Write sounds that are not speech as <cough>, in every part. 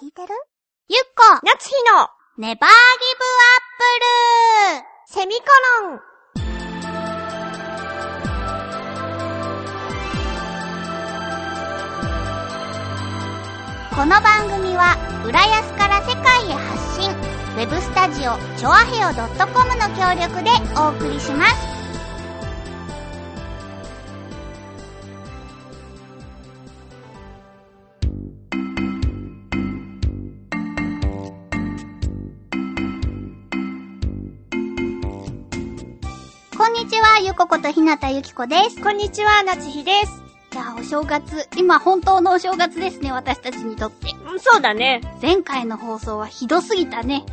聞いてるゆっこ夏日のネバーギブアップルセミコロンこの番組は浦安から世界へ発信ウェブスタジオチョアヘオ .com の協力でお送りしますこんにちはゆこことひなたゆきこですこんにちは、夏日です。じゃあお正月今本当のお正月ですね私たちにとってうんそうだね。前回の放送はひどすぎたね。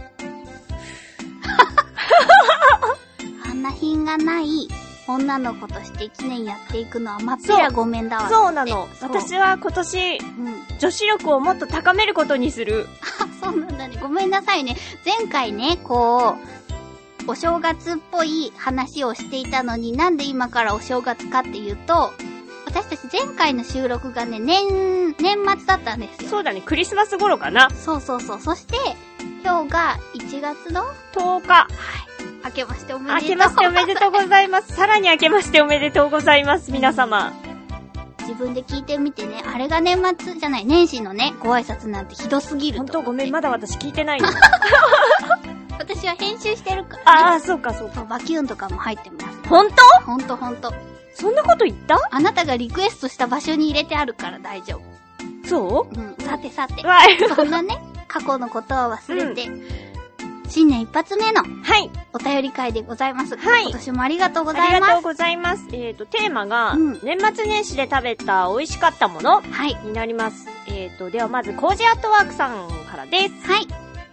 あんな品がない女の子として一年やっていくのはまっぴらごめんだわ。そうなの。そう私は今年、う。うん。女子力をもっと高めることにする。あ、そうなんだね。ごめんなさいね。前回ね、こう、お正月っぽい話をしていたのになんで今からお正月かっていうと、私たち前回の収録がね、年、年末だったんですよ。そうだね、クリスマス頃かな。そうそうそう。そして、今日が1月の10日。明けましておめでと明う。けましておめでとうございます。さらに明けましておめでとうございます、皆様。 <laughs> 自分で聞いてみてね、あれが年末じゃない、年始のね、ご挨拶なんてひどすぎるほんとと思ごって。めん、まだ私聞いてないよ。私は編集してるから、 <laughs> あね。あ、そうか、そうか。そうバキューンとかも入ってます。ほんとほんとほんと。そんなこと言ったあなたがリクエストした場所に入れてあるから大丈そ夫。うん、さてさてう。わ <laughs> そんなね、過去のことは忘れて、新年一発目のはい。お便り会でございます。はい今年もありがとうござあいりがとまうございます。えっ、と、テーマが、うん年末年始で食べた美味しかったものす。はい。になります。えっ、と、ではまず、コージアットワークさんからです。はい。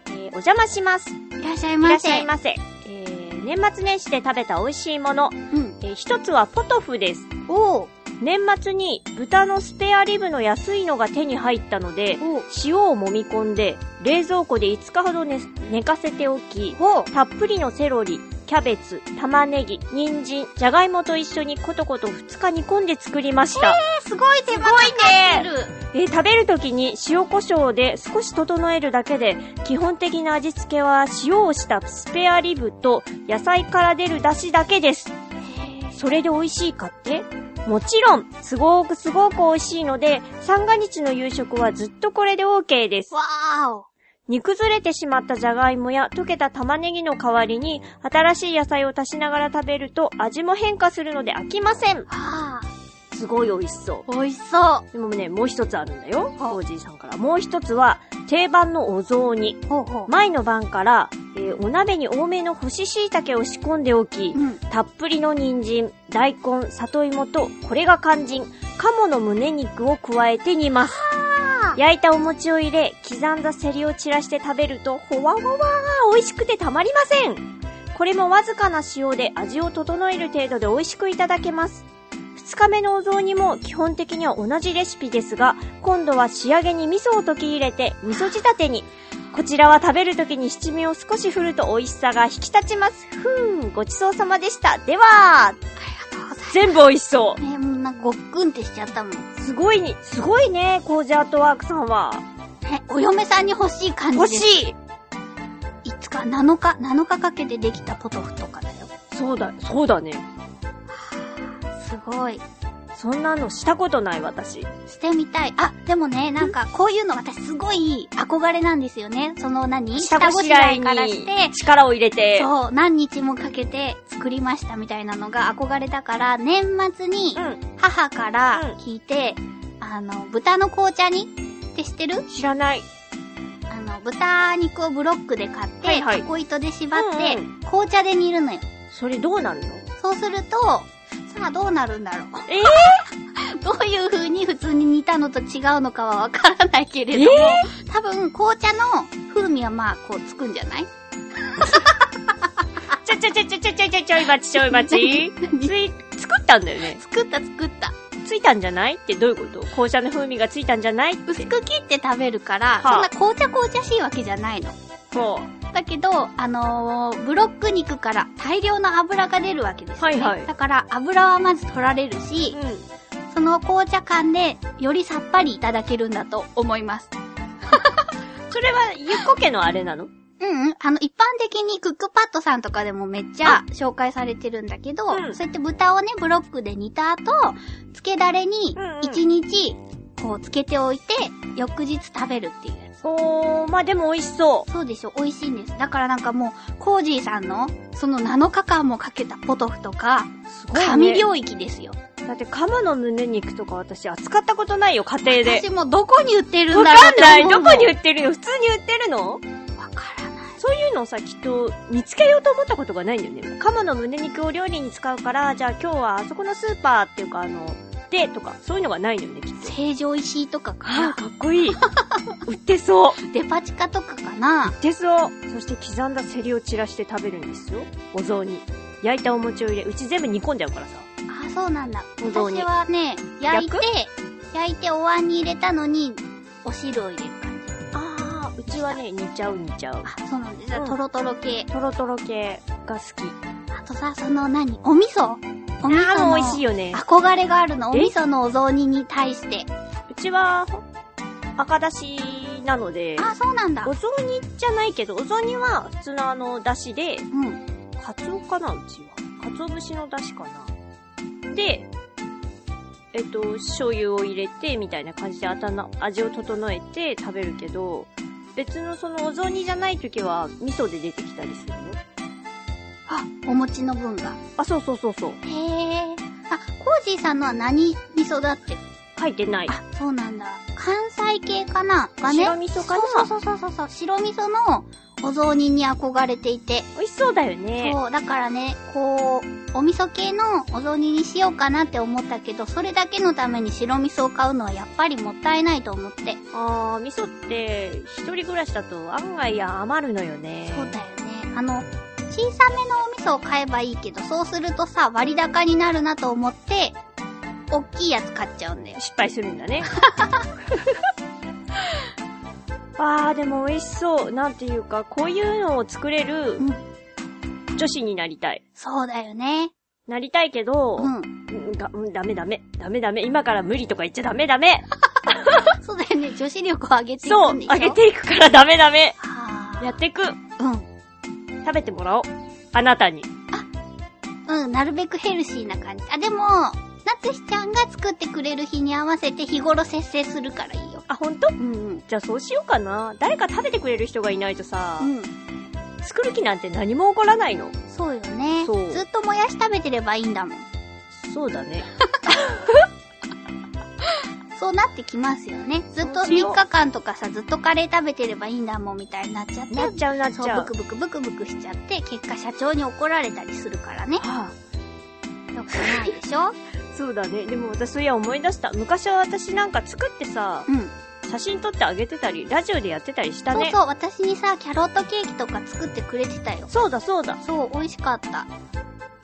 えーお邪魔します。いいらっしゃいまらせ。っしゃいませ。えー年末年始で食べた美味しいもの。うん。えー一つはポトフです。おう。年末に豚のスペアリブの安いのが手に入ったので、おう。塩を揉み込んで、冷蔵庫で5日ほど寝寝かせておき、おう。たっぷりのセロリ、キャベツ、玉ねぎ、人参、じゃがいもと一緒にコトコト2日煮込んで作りました。すごい手間かかってる。えー食べるときに塩コショウで少し整えるだけで、基本的な味付けは塩をしたスペアリブと野菜から出る出汁だけです。それで美味しいかってもちろん、すごくすごく美味しいので、三が日の夕食はずっとこれで OK です。わーお。煮崩れてしまったじゃがいもや溶けた玉ねぎの代わりに、新しい野菜を足しながら食べると味も変化するので飽きません。ああ、すごい美味しそう。美味しそでもね、もう一つあるんだよ。おじいさんから。もう一つは、定番のお雑煮。う。ほうほ前の晩から、えーお鍋に多めの干し椎茸を仕込んでおきう。、ん。たっぷりの人参、大根、里芋と、これが肝心、鴨の胸肉を加えて煮ますあ。ー焼いたお餅を入れ、刻んだセリを散らして食べると、ほわほわー美味しくてたまりませんこれもわずかな塩で味を整える程度で美味しくいただけます。二日目のお雑煮も基本的には同じレシピですが、今度は仕上げに味噌を溶き入れて、味噌仕立てに。こちらは食べるときに七味を少し振ると美味しさが引き立ちます。ふーん、ごちそうさまでした。では、ありがとうござい全部美味しそます。ね、もうなんかごっくんってしちゃったもん。う。すごいに、すごいね、コージアートワークさんは。え、お嫁さんに欲しい感じで欲す。しいい。つか7日、7日かけてできたポトフとかだよ。そうだ、そうだね。すごい。そんなのしたことない私。してみたい。あ、でもね、なんかこういうの私すごい憧れなんですよね。その何からして。力を入れて。そう、何日もかけて作りましたみたいなのが憧れたから、年末にうん、母から聞いて、あの、豚の紅茶煮って知ってる知らない。あの、豚肉をブロックで買って、はいはいタコ糸で縛って、うんう紅茶で煮るのよ。それどうなるのそうすると、さあどうなるんだろう。え <laughs> どういう風に普通に煮たのと違うのかはわからないけれども、多分紅茶の風味はまあこうつくんじゃない <laughs> ちょちょちょちょちょちょちょちょいばちちょい <laughs> ばち。つい、作ったんだよね。作った作った。ついたんじゃないってどういうこと紅茶の風味がついたんじゃないって。薄く切って食べるから、はあそんな紅茶紅茶しいわけじゃないの。もだけど、あのーブロック肉から大量の油が出るわけですよね。はいはいだから油はまず取られるう。しう、ん。その紅茶感でよりさっぱりいただけるんだと思います。それは、ゆっこ家のあれなのうんうん。あの、一般的にクックパッドさんとかでもめっちゃ紹介されてるんだけど、うんそうやって豚をね、ブロックで煮た後、漬けだれにうんうん、一日、こう、漬けておいて、翌日食べるっていうやつ。おー、まあでも美味しそそうでしょ、美味しいんです。だからなんかもう、コージーさんの、その7日間もかけたポトフとか、う。す神領域ですよ。だって、鴨の胸肉とか私扱ったことないよ、家庭で。私もどこに売ってるんわだろかうんない。って思どうもんこに売ってるの普通に売ってるのわからない。そういうのをさ、きっと見つけようと思ったことがないんだよね。鴨の胸肉を料理に使うから、じゃあ今日はあそこのスーパーっていうか、あの、でとか、そういうのがないんだよね、きっと。成城石井とかかああ、な。かっこいい。売ってそう。デパ地下とかかな。手相そして刻んだセリを散らして食べるんですよお雑煮焼いたお餅を入れうち全部煮込んじゃうからさあ、そうなんだ。お雑煮私はね、焼いて焼焼、いてお椀に入れたのに、お汁を入れる感じ。ああうちはね煮ちゃう煮ちゃうあ、そうなんです。じゃうあんトロトロ系。とろとろ系が好きあとさ、その何お味噌お味あ噌あものう美味しいよね憧れがあるの。おえ味噌のお雑煮に対して。うちは赤だしなのであ、そうなんだお。雑煮じゃないけどお雑煮は普通のあのだしでうん。かつおかなうちはかつお節のだしかなでえっと醤油を入れてみたいな感じであたな味を整えて食べるけど別のそのお雑煮じゃない時は味噌で出てきたりするのあ、お餅の分が。あそうそうそうそうへえ。あ、コージーさんのは何味噌だって。書いてないあ、そうなんだ。関西系かながね。白味噌かなそうそうそうそうそう。白味噌のお雑煮に憧れていて。美味しそうだよねそう、だからね、こう、お味噌系のお雑煮にしようかなって思ったけど、それだけのために白味噌を買うのはやっぱりもったいないと思って。あー味噌って一人暮らしだと案外余るのよねそうだよね。あの、小さめのお味噌を買えばいいけど、そうするとさ、割高になるなと思って、大きいやつ買っちゃうんだよ。失敗するんだね。 <laughs> あー、でも美味しそう。なんていうか、こういうのを作れるうん女子になりたい。そうだよね。なりたいけど、うん。うんがうんダメダメ、ダメダメ、今から無理とか言っちゃダメダメ。そうだよね。女子力を上げていそくう、んでしょ上げ。ていくから <laughs> ダメダメ。あやっていく。ーうん。食べてもらおう。あなたに。うん、なるべくヘルシーな感じ。あ、でも、なつしちゃんが作ってくれる日に合わせて日頃節制するからいいよ。あ、ほんとうんうん。じゃあそうしようかな。誰か食べてくれる人がいないとさ、うん。作る気なんて何も起こらないの。そうよね。そうずっともやし食べてればいいんだもん。そうだね。そうなってきますよね。ずっとそうしよう3日間とかさ、ずっとカレー食べてればいいんだもんみたいになっちゃって。なっちゃうなっちそう、ゃブう。クブクブクブクしちゃって、結果社長に怒られたりするからね。はあよくないでしょそうだね。でも私そういや思い出した。昔は私なんか作ってさ、うん。写真撮ってあげてたり、ラジオでやってたりしたそうね。そう、私にさ、キャロットケーキとか作ってくれてたよ。そうだそうだ。そう、美味しかった。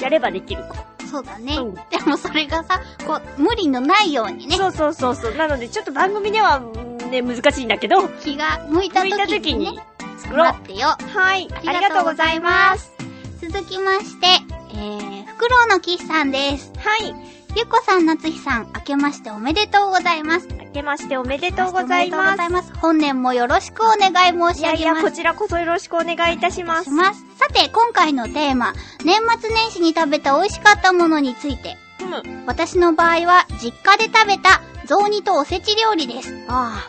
やればできる子。そうだね。うんでもそれがさ、こう、無理のないようにね、そうそうそうそう。なのでちょっと番組では、うんね、難しいんだけど、気が向いた向いた時時にね、に作ろう待。ってよ。はい。あありりががととううごござざいいま。ます続きまして、えー、フクロウの岸さんです。はい。ゆっこさん、なつひさん、明けましておめでとうございます。明けましておめでおとうござめでいとうまごすざ。います。本年もよろしくお願い申いしや上いげや、ます。こちらこそよろしくお願いいたしますし。ます。さて、今回のテーマ、年末年始に食べた美味しかったものについて、うん。私の場合は、実家で食べた雑煮とおせち料理です。あ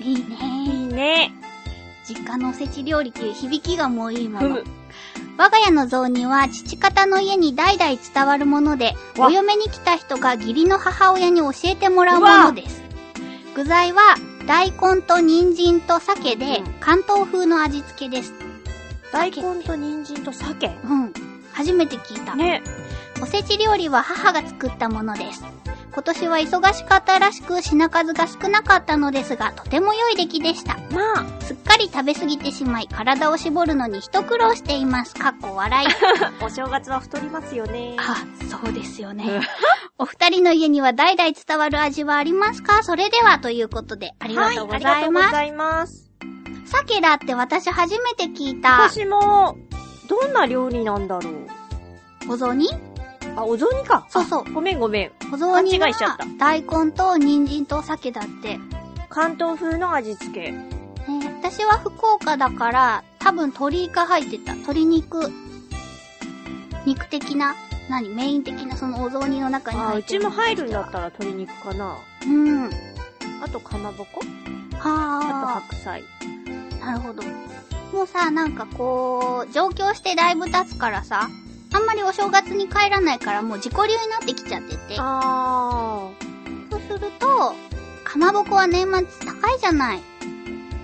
いいあ、いねいね。実家のおせち料理っていう響きがもういいもふの <laughs> む。。我が家の雑煮は父方の家に代々伝わるもので、わお嫁に来た人が義理の母親に教えてもらうものです。具材は大根と人参と鮭でうん、関東風の味付けです。大鮭って根と人参と鮭。うん。初めて聞いた。ね。おせち料理は母が作ったものです。今年は忙しかったらしく品数が少なかったのですが、とても良い出来でした。まあ、すっかり食べ過ぎてしまい、体を絞るのに一苦労しています。かっこ笑い。お正月は太りますよね。あ、そうですよね。 <laughs> お二人の家には代々伝わる味はありますかそれではということで、ありがとうごはざいます。ざいます。鮭だって私初めて聞いた。私も、どんな料理なんだろう。お雑煮あ、お雑煮か。そうそう。ごめんごめん。お雑煮勘違いしちゃっはた大根と人参と鮭だって。関東風の味付け。ね、私は福岡だから、多分鶏が入ってた。鶏肉。肉的な、何メイン的なそのお雑煮の中にあ、入うってちる。も入るんだったら鶏肉かな。うん。はあとかまぼこあ。あと白菜。なるほど。もうさ、なんかこう、上京してだいぶ経つからさ、あんまりお正月に帰らないからもう自己流になってきちゃってて。あそうすると、かまぼこは年末高いじゃない。ー。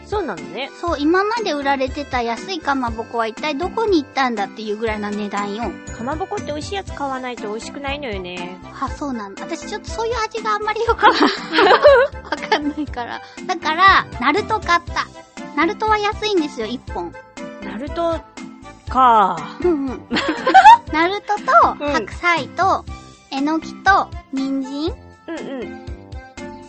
そうなのね。そう、今まで売られてた安いかまぼこは一体どこに行ったんだっていうぐらいな値段よ。かまぼこって美味しいやつ買わないと美味しくないのよね。あ、そうなんだ。私ちょっとそういう味があんまりよくわかんないから。だから、ナルト買った。ナルトは安いんですよ、1本。ナルトかうんうん。ナルトうんと、白菜と、えのきと、人参うんうん。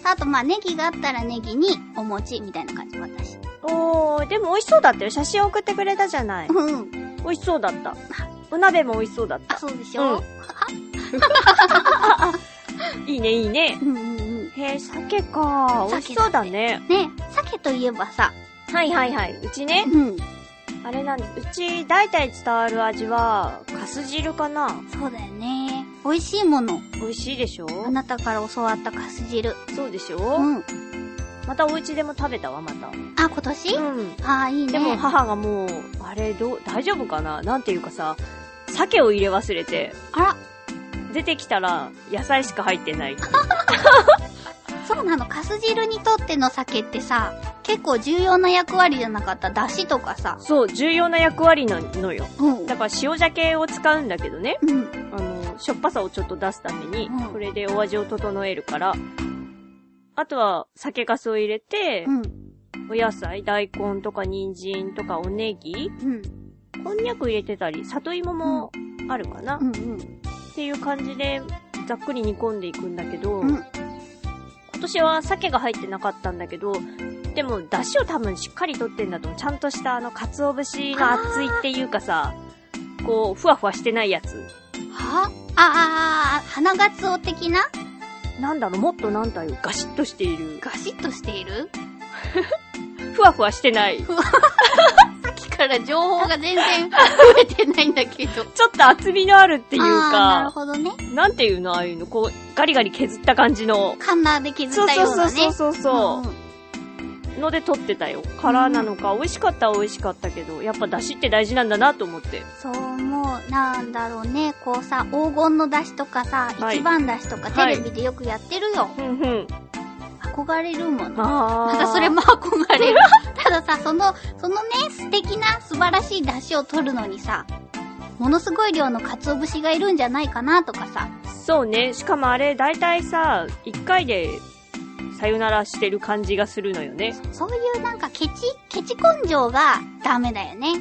あと、まあ、ネギがあったらネギに、お餅みたいな感じ、私。おー、でも美味しそうだったよ。写真送ってくれたじゃない。うんうん。美味しそうだった。お鍋も美味しそうだっあ、た。そうでしょ、いいね、いいね。うん、うんうんうんへー、鮭か美味しそうだね。ね、鮭といえばさ、はいはいはい。うちね、うん。あれなんで、うち、大体伝わる味は、かす汁かなそうだよね。美味しいもの。美味しいでしょあなたから教わったカス汁。そうでしょ、うん。またお家でも食べたわ、また。あ、今年、うん。ああ、いいね。でも母がもう、あれ、どう、大丈夫かななんていうかさ、鮭を入れ忘れて、あら、出てきたら、野菜しか入って <laughs> ない。そうなの。カス汁にとっての酒ってさ、結構重要な役割じゃなかった。だしとかさ。そう、重要な役割なのよ。うん。だから塩鮭を使うんだけどね、うん。あの、しょっぱさをちょっと出すために、うんこれでお味を整えるから、あとは、酒粕を入れて、うん。お野菜、大根とか人参とかおネギ、うん。こんにゃく入れてたり、里芋もあるかな、うん。っうん。ていう感じで、ざっくり煮込んでいくんだけど、うん今年は鮭が入ってなかったんだけど、でも、出汁を多分しっかりとってんだと思う。ちゃんとしたあの、鰹節の厚いっていうかさ、こう、ふわふわしてないやつ。はああー、花がつお的ななんだろう、もっとなんだよ、ガシッとしている。ガシッとしているふわふわしてない。ちょさっきから情報が全然 <laughs> 増えてないんだけど。っっと厚みのあるってていうなるか、ほどね。なんていうの、ああいうの、こう、ガリガリ削った感じの。カンナーで削そっうたよそううそなうね。そうそううんうんう。ので撮ってたよ。カラーなのか、美味しかったは美味しかったけど、やっぱ出汁って大事なんだなと思って。そう思う。なんだろうね。こうさ、黄金の出汁とかさ、はい一番出汁とかはいテレビでよくやってるよ。ふんふん。憧れるもの。あまーたそれも憧れる。 <laughs> たださ、その、そのね、素敵な素晴らしい出汁を取るのにさ、ものすごい量の鰹節がいるんじゃないかなとかさ。そうね。しかもあれ、だいたいさ、一回で、さよならしてる感じがするのよね。そういうなんかケチ、ケチ根性がダメだよね。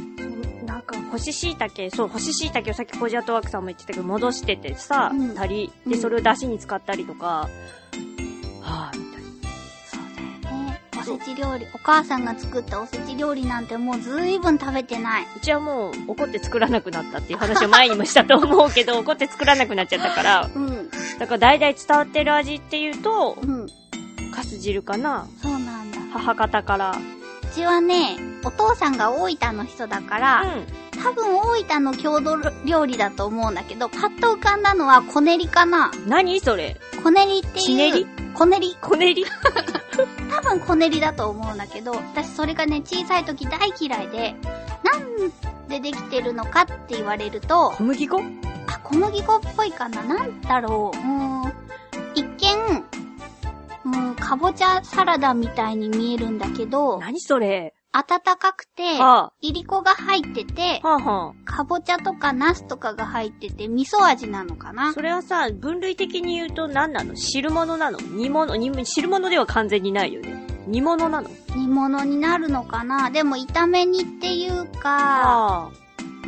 なんか、干し椎茸、そう、干し椎茸をさっきコジアトワークさんも言ってたけど、戻しててさ、うんたり、うで、んそれを出汁に使ったりとか、はぁ、みたいな。そうだよね。おせち料理、お母さんが作ったおせち料理なんてもうずいぶん食べてない。うちはもう怒って作らなくなったっていう話を前にもしたと思う <laughs> けど、怒って作らなくなっちゃったから、うん。だから代々伝わってる味っていうと、うん。かす汁かなそうなんだ。母方から。うちはね、お父さんが大分の人だから、う多分大分の郷土料理だと思うんだけど、パッと浮かんだのは小練りかな。ん。何それ小練りっていう。ちねり小練り。こねり多分小練りだと思うんだけど、私それがね、小さい時大嫌いで、なんでできてるのかって言われると、小麦粉あ、小麦粉っぽいかななんだろう。うーん。一見、うん、かぼちゃサラダみたいに見えるんだけど、何それ温かくて、はいりこが入っててあ、、はあはかぼちゃとかナスとかが入ってて、味噌味なのかあ。なそれはさ、分類的に言うと何なの汁物なの煮物煮物汁物では完全にないよね。煮物なの煮物になるのかなでも炒め煮っていうか、あ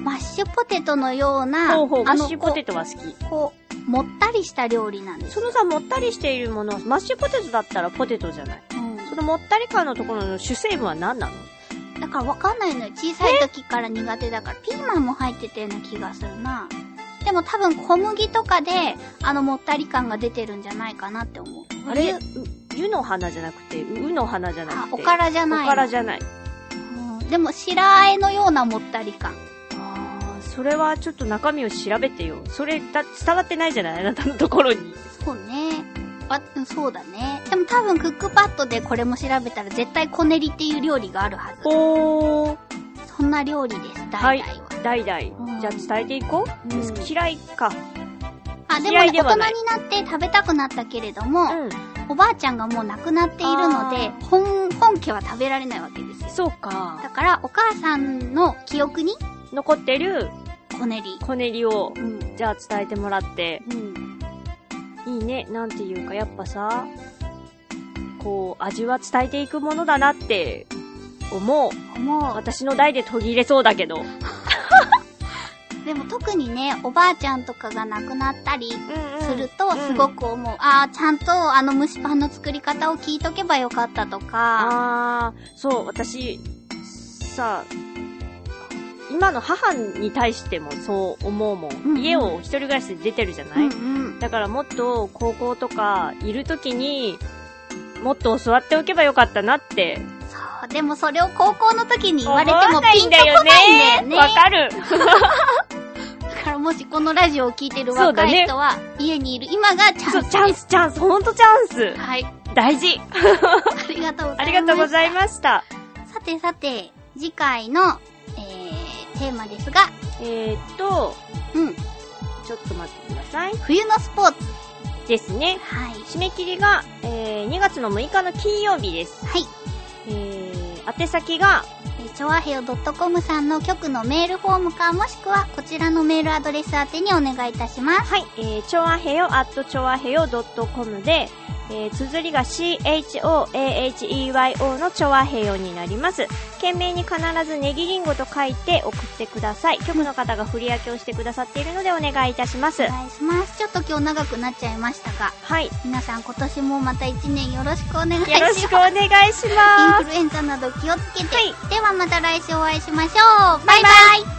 マッシュポテトのようあ。な、ほうほう、マあッのシュポテトは好き。こう、こうもったりした料理なんですそよ。のさ、もったりしているもの、マッシュポテトだったらポテトじゃない。そのもったり感のところの主成分は何なのうん、だからわかんないのよ。小さい時から苦手だから、ピーマンも入ってたような気がするな。でも多分小麦とかで、あのもったり感が出てるんじゃないかなって思う。あれ、ゆう、湯の花じゃなくて、ううの花じゃあなく、て。おからじゃないの。おからじゃない。でも白あえのようなもったり感。あーそれはちょっと中身を調べてよ。それ、だ、伝わってないじゃないあなたのところに。そうね。あ、うんそうだね。でも多分クックパッドでこれも調べたら絶対こねりっていう料理があるはず。おー、そんな料理です、大体は。代々。じゃあ伝えていこう。うん嫌いか。あ、でも嫌ねい大で人はにないなって食べたくなったけれども、うん。おばあちゃんがもう亡くなっているのであ、本、本家は食べられないわけですよ。そうだか。から、お母さんの記憶に、残ってるこねり。小ネリを、うん。じゃあ伝えてもらって。うん。いいね。なんていうか、やっぱさ、こう、味は伝えていくものだなって思う。も私の代で途切れそうだけど。う、でも特にね、おばあちゃんとかが亡くなったりすると、うんすごく思う。ああ、ちゃんとあの蒸しパンの作り方を聞いとけばよかったとか、あー、そう、私、さ、今の母に対してもそう思うもん。んうん家を一人暮らしで出てるじゃなうい、んうん。だからもっと高校とかいる時に、もっと教わっておけばよかったなってそう、でもそれを高校の時に言われて思もわないピンんとだこないよんだよね。ね。わかる。だからもしこのラジオを聞いてるそう若だねい人は、家にいる今がチャそう、ンスチャでンす。ス、チャンス、ほんとチャンス。 <laughs> はい。大事。ありがとうございます。ありがとうございました。さてさて、次回の、えー、テーマですが、えー、っと、うん、ちょっと待ってください。冬のスポーツ。ですね。はい。締め切りが、えー、2月の6日の金曜日です。はい。えー、宛先が、えー、ちょわへよ .com さんの局のメールフォームか、もしくはこちらのメールアドレス宛てにお願いいたします。はい、えー、ちょわへよ、アットちょわへよ .com で、えー、綴りが CHOAHEYO のちょわへよになります。件名に必ずネギリンゴと書いて送ってください。局の方が振り分けをしてくださっているのでお願いいたしますお。願いします。ちょっと今日長くなっちゃいましたが、はい、よ皆さん今年もまた一年よろしくお願いしろます。しくお願いしまインフ。すルエンザなど気をつけて。はいではまた来週お会いしましょう。バイバイ